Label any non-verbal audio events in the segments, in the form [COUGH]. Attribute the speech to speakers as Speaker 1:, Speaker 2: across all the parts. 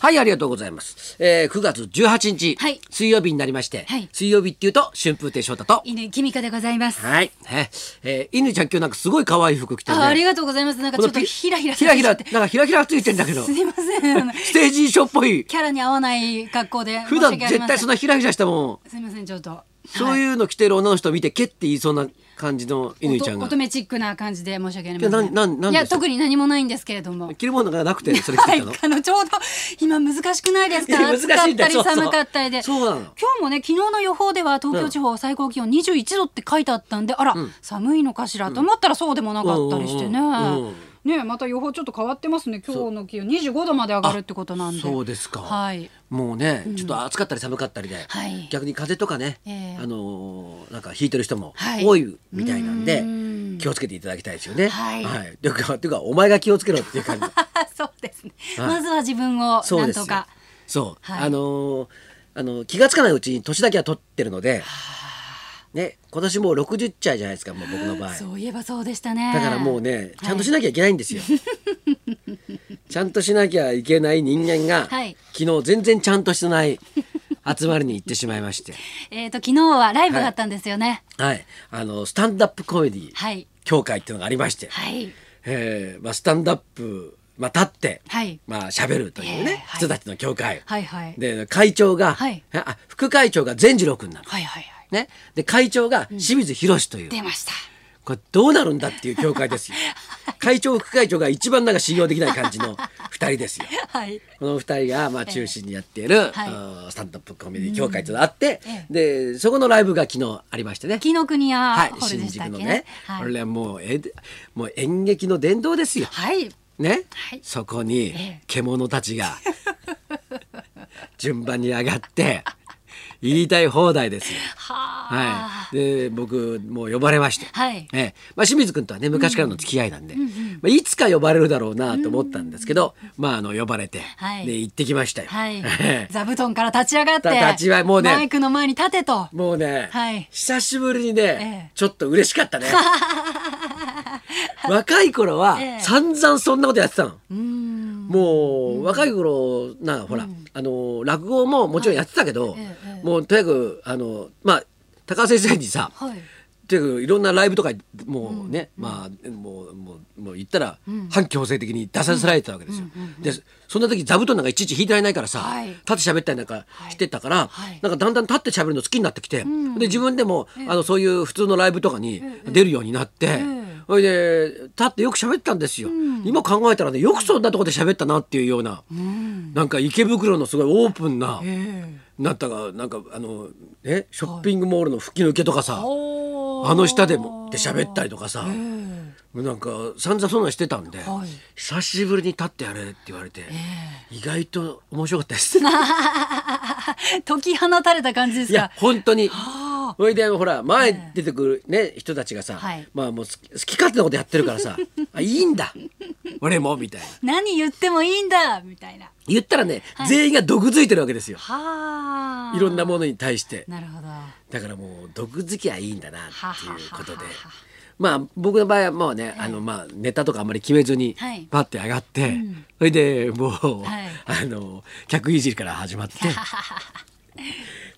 Speaker 1: はい、ありがとうございます。えー、9月18日、
Speaker 2: はい
Speaker 1: 水曜日になりまして、
Speaker 2: はい
Speaker 1: 水曜日っていうと、春風亭昇太と、
Speaker 2: 犬キミカでございます。
Speaker 1: はい、ねえー、犬ちゃん今日なんかすごい可愛い服着てね。
Speaker 2: あありがとうございます。なんかちょっ
Speaker 1: こ
Speaker 2: と
Speaker 1: のピ
Speaker 2: ひらひら
Speaker 1: ひらひら、なんかひらひらついてんだけど、
Speaker 2: す
Speaker 1: ス
Speaker 2: いません。あの
Speaker 1: テージ衣装っぽい。
Speaker 2: キャラに合わない格好で。
Speaker 1: 普
Speaker 2: 申
Speaker 1: 段
Speaker 2: し訳あり
Speaker 1: 絶
Speaker 2: ません
Speaker 1: 対そんなひらひらしたも
Speaker 2: すいません、ちょっと。
Speaker 1: ん、そう
Speaker 2: う
Speaker 1: いうの着てる女の人を見て、けって言いそうな感じの犬ちゃんが
Speaker 2: 乙。女チックな感じで申し訳ありま
Speaker 1: いや
Speaker 2: せ
Speaker 1: なん
Speaker 2: ん。
Speaker 1: なんなん
Speaker 2: い
Speaker 1: ですか
Speaker 2: や、特に何もないんですけれども。
Speaker 1: 着るものがなくて、それ着て
Speaker 2: は
Speaker 1: た
Speaker 2: い、
Speaker 1: の。
Speaker 2: あのちょうど今難しくないです
Speaker 1: いや
Speaker 2: か
Speaker 1: 難し
Speaker 2: 暑
Speaker 1: いん
Speaker 2: か
Speaker 1: だよ
Speaker 2: ったり
Speaker 1: そうそう
Speaker 2: 寒かったりで
Speaker 1: そうなの
Speaker 2: 今日もね昨日の予報では東京地方最高気温21度って書いてあったんで、あら、寒いのかしらと思ったらそうでもなかったりしてね、
Speaker 1: うんうんうん
Speaker 2: ねまた予報ちょっと変わってますね今日の気温25度まで上がるってことなんで
Speaker 1: そうですか。 [LAUGHS]
Speaker 2: はい
Speaker 1: もうね、ちょっと暑かったり寒かったりで、
Speaker 2: はい
Speaker 1: 逆に風邪とかね、
Speaker 2: ええ
Speaker 1: あのーなんか引いてる人も
Speaker 2: はい
Speaker 1: 多いみたいなんで、
Speaker 2: うん
Speaker 1: 気をつけていただきたいですよね。
Speaker 2: はい
Speaker 1: というか、というかお前が気をつけろっていう感じ。
Speaker 2: [LAUGHS] そうですね、
Speaker 1: はい
Speaker 2: まずは自分を
Speaker 1: そう
Speaker 2: なん
Speaker 1: ですよ
Speaker 2: とか
Speaker 1: そう、
Speaker 2: はい
Speaker 1: あのーあの気がつかないうちに年だけは取ってるので、ね、今年もう60歳じゃないですか、もう僕の場合。
Speaker 2: そういえばそうでしたね
Speaker 1: だからもうね、ちゃんとし
Speaker 2: な
Speaker 1: なきゃいけないんです
Speaker 2: [LAUGHS]
Speaker 1: よ。ちゃんとしなきゃいけない人間が、
Speaker 2: はい
Speaker 1: 昨日全然ちゃんとしてない集まりに行ってしまいまして。
Speaker 2: えっ、と昨日はライブだったんですよね
Speaker 1: はい、あのスタンダップコメディ
Speaker 2: はい
Speaker 1: 協会っていうのがありまして、
Speaker 2: はい
Speaker 1: えーまあ、スタンダップ、まあ、立って、
Speaker 2: はい
Speaker 1: まあ喋るというね、
Speaker 2: えーはい
Speaker 1: 人たちの協会、
Speaker 2: はいはい
Speaker 1: で会長が、
Speaker 2: はい
Speaker 1: あ副会長が善次郎君なの、
Speaker 2: はいはいはい
Speaker 1: ね、で会長が清水宏という、
Speaker 2: 出ました
Speaker 1: これどうなるんだっていう協会ですよ
Speaker 2: [LAUGHS]
Speaker 1: 会長副会長が一番なんか信用できない感じの2人ですよ。
Speaker 2: はい
Speaker 1: この二人がまあ中心にやっている、
Speaker 2: はい
Speaker 1: うんスタンダップコメディ協会というのがあって、
Speaker 2: え
Speaker 1: でそこのライブが昨日ありましてね
Speaker 2: 紀伊国屋
Speaker 1: はい、
Speaker 2: ホール
Speaker 1: 新
Speaker 2: でし
Speaker 1: 宿
Speaker 2: たっ
Speaker 1: の
Speaker 2: け
Speaker 1: ね
Speaker 2: ね。、はい、
Speaker 1: これはもうえもう演劇の殿堂ですよ。
Speaker 2: はい
Speaker 1: ね、
Speaker 2: はい
Speaker 1: そこに
Speaker 2: ええ
Speaker 1: 獣たちが [LAUGHS] 順番に上がって言いたい放題ですよ。
Speaker 2: は
Speaker 1: はい、で僕もう呼ばれまして、
Speaker 2: はい
Speaker 1: ええまあ、清水君とはね昔からの付き合いなんで、まあ、いつか呼ばれるだろうなと思ったんですけど、まあ、あの呼ばれて、
Speaker 2: はい
Speaker 1: で行ってきましたよ。
Speaker 2: はい、
Speaker 1: ええ
Speaker 2: 座布団から立ち上がって
Speaker 1: た立ちはもうね
Speaker 2: マイクの前に立てと
Speaker 1: もうね、
Speaker 2: はい
Speaker 1: 久しぶりにね、
Speaker 2: ええ
Speaker 1: ちょっと嬉しか
Speaker 2: [LAUGHS]
Speaker 1: ったね。若い頃は
Speaker 2: ええ
Speaker 1: 散々そんなことやってたの。
Speaker 2: うーん
Speaker 1: もう若い頃なほら、あの落語ももちろんやってたけど、
Speaker 2: はいええええ
Speaker 1: もうとにかくあのまあ高橋先生にさ、
Speaker 2: はい
Speaker 1: とにかくいろんなライブとかもうね、まあもうもうもう言ったら反強制的に出させられてたわけですよ。でそんな時座布団なんかいちいち引いてられないからさ、
Speaker 2: はい
Speaker 1: 立って喋ったりなんかしてたから、
Speaker 2: はい
Speaker 1: なんかだんだん立って喋るの好きになってきて、で自分でも、あのそういう普通のライブとかに出るようになって、それで立ってよく喋ってたんですよ。今考えたらねよくそんなとこで喋ったなっていうような、なんか池袋のすごいオープンな、なったがなんかあのえショッピングモールの吹き抜けとかさ。
Speaker 2: おー
Speaker 1: あの下でもで喋ったりとかさ、なんか散々そんなんしてたんで、
Speaker 2: はい
Speaker 1: 久しぶりに立ってやれって言われて、意外と面白かったです。い
Speaker 2: 解き放たれた感じです
Speaker 1: や
Speaker 2: か
Speaker 1: 本当に。
Speaker 2: あ
Speaker 1: それでほら前出てくるね人たちがさ、
Speaker 2: はい
Speaker 1: まあもう好き好き勝手なことやってるからさ
Speaker 2: [LAUGHS]
Speaker 1: あいいんだ俺もみたいな
Speaker 2: 何言ってもいいんだみたいな
Speaker 1: 言ったらね、全員が毒づいてるわけですよ
Speaker 2: はあ
Speaker 1: いろんなものに対して
Speaker 2: なるほどは
Speaker 1: だからもう毒づきはいいんだなっていうことで
Speaker 2: ははははは
Speaker 1: まあ僕の場合はもうね、あのまあネタとかあんまり決めずに
Speaker 2: はい
Speaker 1: パッて上がって、それでもう、
Speaker 2: はい
Speaker 1: あの客いじりから始
Speaker 2: [LAUGHS]
Speaker 1: まって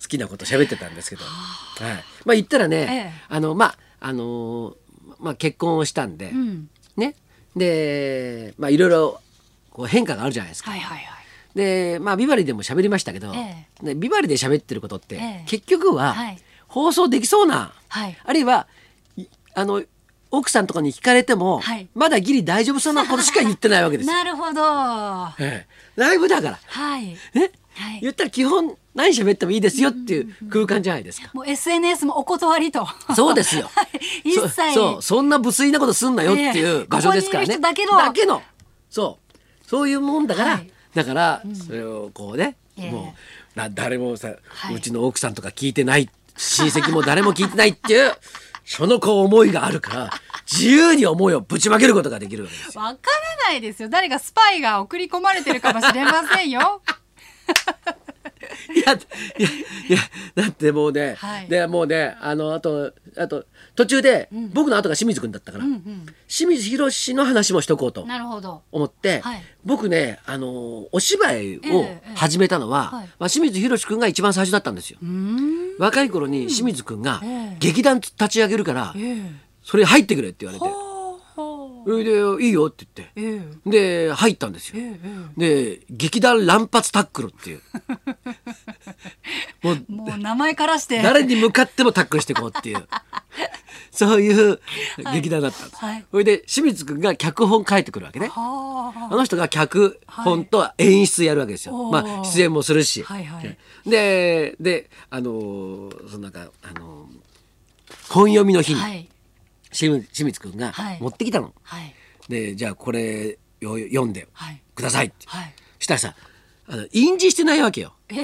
Speaker 1: 好きなこと喋ってたんですけど、はい、まあ言ったらね、
Speaker 2: え
Speaker 1: あのまああのまあ結婚をしたんで、
Speaker 2: ん
Speaker 1: ねでまあいろいろこう変化があるじゃないですか。
Speaker 2: いはいはい
Speaker 1: でまあビバリーでも喋りましたけど、
Speaker 2: え
Speaker 1: ねビバリーで喋ってることって、
Speaker 2: ええ
Speaker 1: 結局は
Speaker 2: はい
Speaker 1: 放送できそうな、
Speaker 2: はい
Speaker 1: あるいはいあの奥さんとかに聞かれても、
Speaker 2: はい
Speaker 1: まだギリ大丈夫そうなことしか言ってないわけですよ。
Speaker 2: [LAUGHS] なるほどは
Speaker 1: ええライブだから、
Speaker 2: い
Speaker 1: ね
Speaker 2: はい
Speaker 1: 言ったら基本何喋ってもいいですよっていう空間じゃないですか。
Speaker 2: もう SNS もお断りと [LAUGHS]
Speaker 1: そうですよ
Speaker 2: はい一
Speaker 1: そ
Speaker 2: 切
Speaker 1: そうそんな無粋なことすんなよってい
Speaker 2: え
Speaker 1: う
Speaker 2: え
Speaker 1: 場所ですからね。
Speaker 2: ここにいる人だけの
Speaker 1: そうそういうもんだから、
Speaker 2: はい
Speaker 1: だからそれをこうね、
Speaker 2: ええ
Speaker 1: もうな誰もさ、
Speaker 2: はいう
Speaker 1: ちの奥さんとか聞いてない親戚も誰も聞いてないっていう [LAUGHS] そのこう思いがあるから自由に思いをぶちまけることができるわけですよ。
Speaker 2: わから
Speaker 1: [LAUGHS]
Speaker 2: [LAUGHS] ないですよ誰がスパイが送り込まれてるかもしれませんよ
Speaker 1: いや、いや、いや、だってもうね、
Speaker 2: はい
Speaker 1: で、もうね、あの、あと、あと、途中で、僕の後が清水君だったから、
Speaker 2: うんう
Speaker 1: 清水宏氏の話もしとこうと
Speaker 2: ん、なるほど。
Speaker 1: 思って、
Speaker 2: はい
Speaker 1: 僕ね、あの、お芝居を
Speaker 2: えええ
Speaker 1: 始めたのは、
Speaker 2: はい
Speaker 1: まあ、清水宏君が一番最初だったんですよ。
Speaker 2: うーん。
Speaker 1: 若い頃に清水君が
Speaker 2: ええ
Speaker 1: 劇団立ち上げるから、
Speaker 2: ええ。
Speaker 1: それ入ってくれって言われて、
Speaker 2: ほうほう。
Speaker 1: それで、いいよって言って、
Speaker 2: ええ。
Speaker 1: で、入ったんですよ。
Speaker 2: ええええ。
Speaker 1: で劇団乱発タックルっていう
Speaker 2: [LAUGHS]
Speaker 1: もう
Speaker 2: もう名前からして。
Speaker 1: 誰に向かってもタックルしていこうって
Speaker 2: [LAUGHS]
Speaker 1: いうそういう劇団だったんです、
Speaker 2: はい
Speaker 1: それで清水君が脚本書いてくるわけね
Speaker 2: は
Speaker 1: あ
Speaker 2: あ。
Speaker 1: の人が脚本と演出やるわけですよ、
Speaker 2: おー
Speaker 1: まあ出演もするし、
Speaker 2: はいはい
Speaker 1: でであのーそのなんか、あのー本読みの日に
Speaker 2: はい。
Speaker 1: 清水清水君が
Speaker 2: はい
Speaker 1: 持ってきたの、
Speaker 2: はい。
Speaker 1: でじゃあこれを読んで
Speaker 2: はい。
Speaker 1: くださいって、
Speaker 2: はい。
Speaker 1: したらさあの印字してないわけよ
Speaker 2: ええ、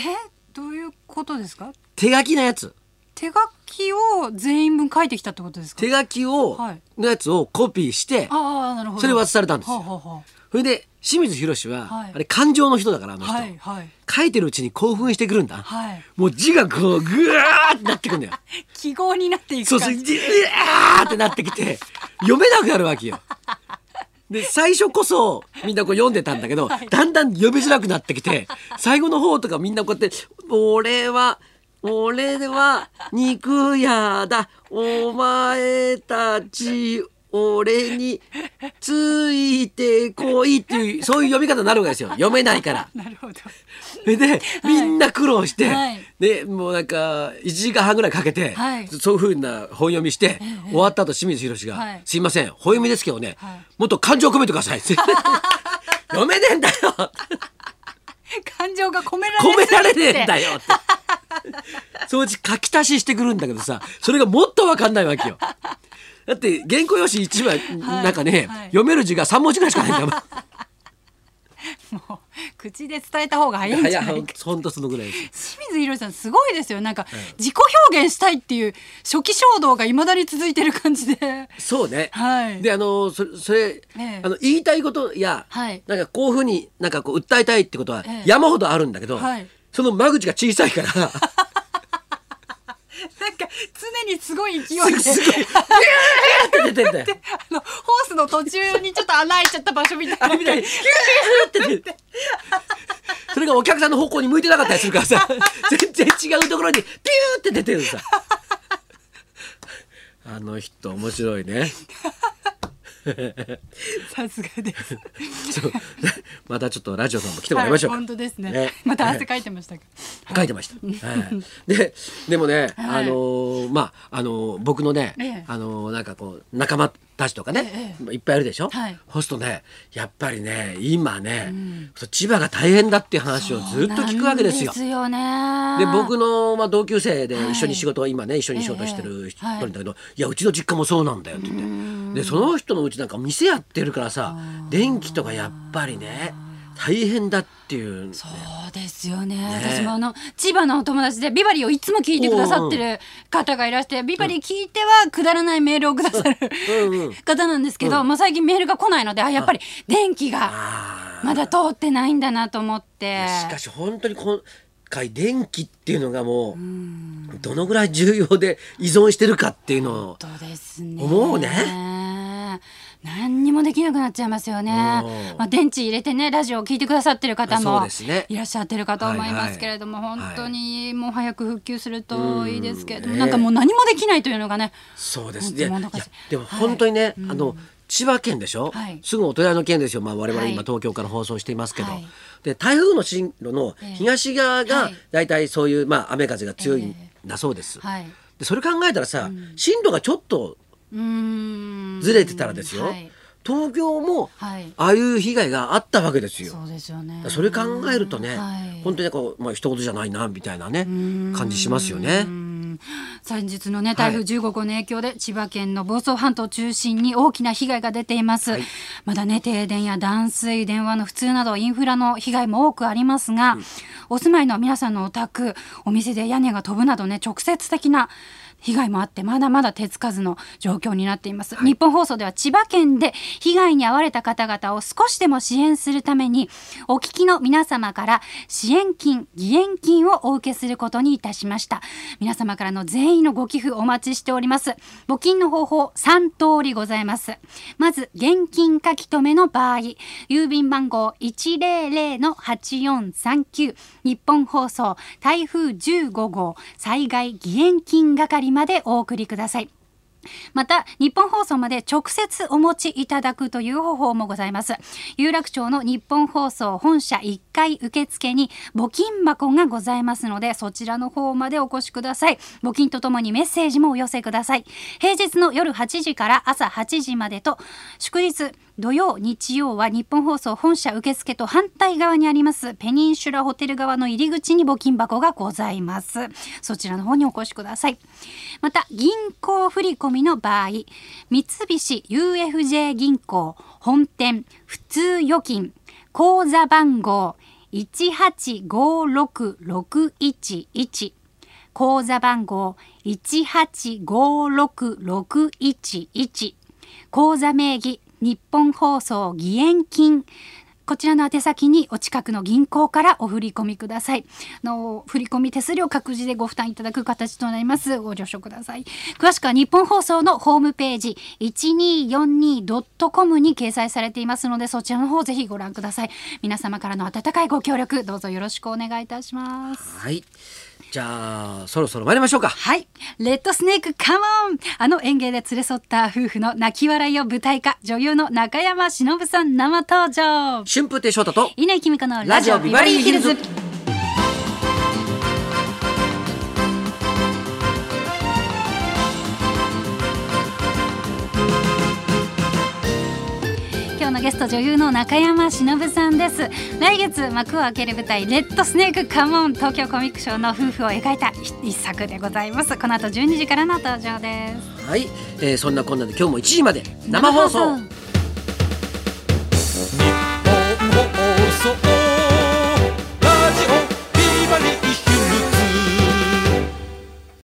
Speaker 2: どういうことですか。
Speaker 1: 手書きのやつ
Speaker 2: 手書きを全員分書いてきたってことですか。
Speaker 1: 手書きを、
Speaker 2: はい
Speaker 1: のやつをコピーして
Speaker 2: ああ、なるほど。
Speaker 1: それ渡されたんですよ
Speaker 2: はあはあは
Speaker 1: それで清水宏は、
Speaker 2: はい
Speaker 1: あれ感情の人だからあの
Speaker 2: あ
Speaker 1: 人、
Speaker 2: はい。はい。
Speaker 1: 書いてるうちに興奮してくるんだ、
Speaker 2: はい。
Speaker 1: もう字がこうグワーってなってくるんだよ
Speaker 2: 記号になっていく
Speaker 1: そう
Speaker 2: 感じ。
Speaker 1: そうじうわーってなってきて読めなくなるわけよで最初こそみんなこう読んでたんだけど、
Speaker 2: はい
Speaker 1: だんだん読みづらくなってきて最後の方とかみんなこうやって「俺は俺は肉屋だお前たち俺についてこい」っていうそういう読み方になるわけですよ読めないから。
Speaker 2: なるほど。
Speaker 1: それでみんな苦労して、
Speaker 2: はい
Speaker 1: でもうなんか1時間半ぐらいかけて、
Speaker 2: はい
Speaker 1: そういうふうな本読みして、終わった後清水宏が、
Speaker 2: はい
Speaker 1: すいません本読みですけどね、
Speaker 2: はい
Speaker 1: もっと感情込めてくだ
Speaker 2: [LAUGHS]
Speaker 1: さい」読めねえんだよ
Speaker 2: 感情が込められ
Speaker 1: 込められねえんだ
Speaker 2: よ。
Speaker 1: よ」って。そのうち書き足ししてくるんだけどさそれがもっと分かんないわけよ。だって原稿用紙1枚、
Speaker 2: はい
Speaker 1: なんかね、
Speaker 2: はい
Speaker 1: 読める字が3文字ぐらいしかないんだよ。
Speaker 2: もう口で [LAUGHS] 伝えた方が早いん
Speaker 1: い
Speaker 2: じゃ
Speaker 1: や
Speaker 2: ないか。
Speaker 1: ほんとそのぐらいです。
Speaker 2: 清水宏さんすごいですよなんか自己表現したいっていう初期衝動がいまだに続いてる感じで
Speaker 1: そうね。
Speaker 2: はい
Speaker 1: で、あの、それ、それ、
Speaker 2: え
Speaker 1: あの、言いたいことや、
Speaker 2: はい
Speaker 1: なんかこういうふうになんかこう訴えたいってことは
Speaker 2: ええ
Speaker 1: 山ほどあるんだけど、
Speaker 2: はい
Speaker 1: その間口が小さい
Speaker 2: [LAUGHS]
Speaker 1: から、
Speaker 2: なんか常にすごい勢い
Speaker 1: すす
Speaker 2: で
Speaker 1: ごい、ビューって出てんだよ。
Speaker 2: [LAUGHS] あのホースの途中にちょっと穴開いちゃった場所みた
Speaker 1: [LAUGHS]
Speaker 2: い
Speaker 1: あ
Speaker 2: な
Speaker 1: れみたいに、ギューって出てそれがお客さんの方向に向いてなかったりするから
Speaker 2: [LAUGHS]
Speaker 1: さ、全然違うところに、ピューって出てるさ。あの人面白いね。
Speaker 2: さすがです
Speaker 1: そう [LAUGHS] またちょっとラジオさんも来てもらいましょうか。
Speaker 2: はい本当ですね
Speaker 1: ね
Speaker 2: また汗かいてましたか、
Speaker 1: [LAUGHS] 書いてました。はい、で、でもね、
Speaker 2: はい
Speaker 1: あのーまあ、あのー僕のね、
Speaker 2: ええ
Speaker 1: あのーなんかこう仲間たちとかね、いっぱいいるでしょ。
Speaker 2: はい
Speaker 1: ホストね、やっぱりね、今ね、そう千葉が大変だっていう話をずっと聞くわけですよ
Speaker 2: で。ね
Speaker 1: で僕の、まあ、同級生で一緒に仕事を、今ね一緒に仕事してる人
Speaker 2: ええはい
Speaker 1: いるんだけど、い、やうちの実家もそうなんだよって言ってでその人のうちなんか店やってるからさ電気とかやっぱりね大変だっていう
Speaker 2: そうですよね私もあの千葉のお友達でビバリーをいつも聞いてくださってる方がいらしてビバリー聞いてはくだらないメールをくださる
Speaker 1: うんうん
Speaker 2: 方なんですけど、まあ、最近メールが来ないのであやっぱり電気が
Speaker 1: あー
Speaker 2: まだ通ってないんだなと思って
Speaker 1: しかし本当に今回電気っていうのがもうどのぐらい重要で依存してるかっていうのを
Speaker 2: そうですね
Speaker 1: 思うね
Speaker 2: 何にもできなくなっちゃいますよね
Speaker 1: うん
Speaker 2: まあ、電池入れてねラジオを聞いてくださってる方
Speaker 1: そう
Speaker 2: も
Speaker 1: ですね
Speaker 2: いらっしゃってるかと思いますけれども、
Speaker 1: はいはい
Speaker 2: 本当にもう早く復旧するといいですけれども、
Speaker 1: うん
Speaker 2: なんかもう何もできないというのがね
Speaker 1: そうです
Speaker 2: 本
Speaker 1: ねいや
Speaker 2: 当もどかしい
Speaker 1: でも本当にね、あの千葉県でしょ、
Speaker 2: はい
Speaker 1: すぐお隣の県ですよ、まあ、我々
Speaker 2: はい
Speaker 1: 今東京から放送していますけど、
Speaker 2: はい
Speaker 1: で台風の進路の
Speaker 2: ええ
Speaker 1: 東側
Speaker 2: は
Speaker 1: が
Speaker 2: い
Speaker 1: だいたいそういう、まあ、雨風が強いんだそうです、
Speaker 2: はい
Speaker 1: でそれ考えたらさ、進路がちょっと
Speaker 2: うーん
Speaker 1: ずれてたらですよ、
Speaker 2: はい
Speaker 1: 東京も
Speaker 2: はい
Speaker 1: ああいう被害があったわけですよ。
Speaker 2: そうですよね
Speaker 1: それ考えるとね、
Speaker 2: はい
Speaker 1: 本当にこう、まあ、一言じゃないなみたいなね感じしますよね。
Speaker 2: うん先日のね台風15号の影響で千葉県の房総半島を中心に大きな被害が出ています、
Speaker 1: はい
Speaker 2: まだね停電や断水電話の不通などインフラの被害も多くありますが、お住まいの皆さんのお宅お店で屋根が飛ぶなどね直接的な被害もあってまだまだ手つかずの状況になっています、日本放送では千葉県で被害に遭われた方々を少しでも支援するためにお聞きの皆様から支援金義援金をお受けすることにいたしました皆様からの善意のご寄付お待ちしております募金の方法3通りございますまず現金書き留めの場合郵便番号100-8439日本放送台風15号災害義援金係までお送りくださいまた日本放送まで直接お持ちいただくという方法もございます有楽町の日本放送本社1階受付に募金箱がございますのでそちらの方までお越しください募金とともにメッセージもお寄せください平日の夜8時から朝8時までと祝日土曜日曜は日本放送本社受付と反対側にありますペニンシュラホテル側の入り口に募金箱がございますそちらの方にお越しくださいまた銀行振込の場合三菱 UFJ 銀行本店普通預金口座番号1856611口座番号1856611口座名義日本放送義援金こちらの宛先にお近くの銀行からお振り込みください。あの振り込み手数料各自でご負担いただく形となります。ご了承ください。詳しくは日本放送のホームページ 1242.com に掲載されていますのでそちらの方ぜひご覧ください。皆様からの温かいご協力どうぞよろしくお願いいたします。
Speaker 1: はいじゃあそろそろ参りましょうか
Speaker 2: はい。レッドスネークカモンあの園芸で連れ添った夫婦の泣き笑いを舞台化、女優の中山忍さん生登場。
Speaker 1: 春風亭昇太と
Speaker 2: 稲井君子の
Speaker 1: ラジオビバリーヒルズ。
Speaker 2: 今日のゲスト女優の中山忍さんです来月幕を開ける舞台レッドスネークカモン東京コミックショーの夫婦を描いた一作でございますこの後12時からの登場です
Speaker 1: はい、えーそんなこんなで今日も1時まで生放送
Speaker 2: 生放送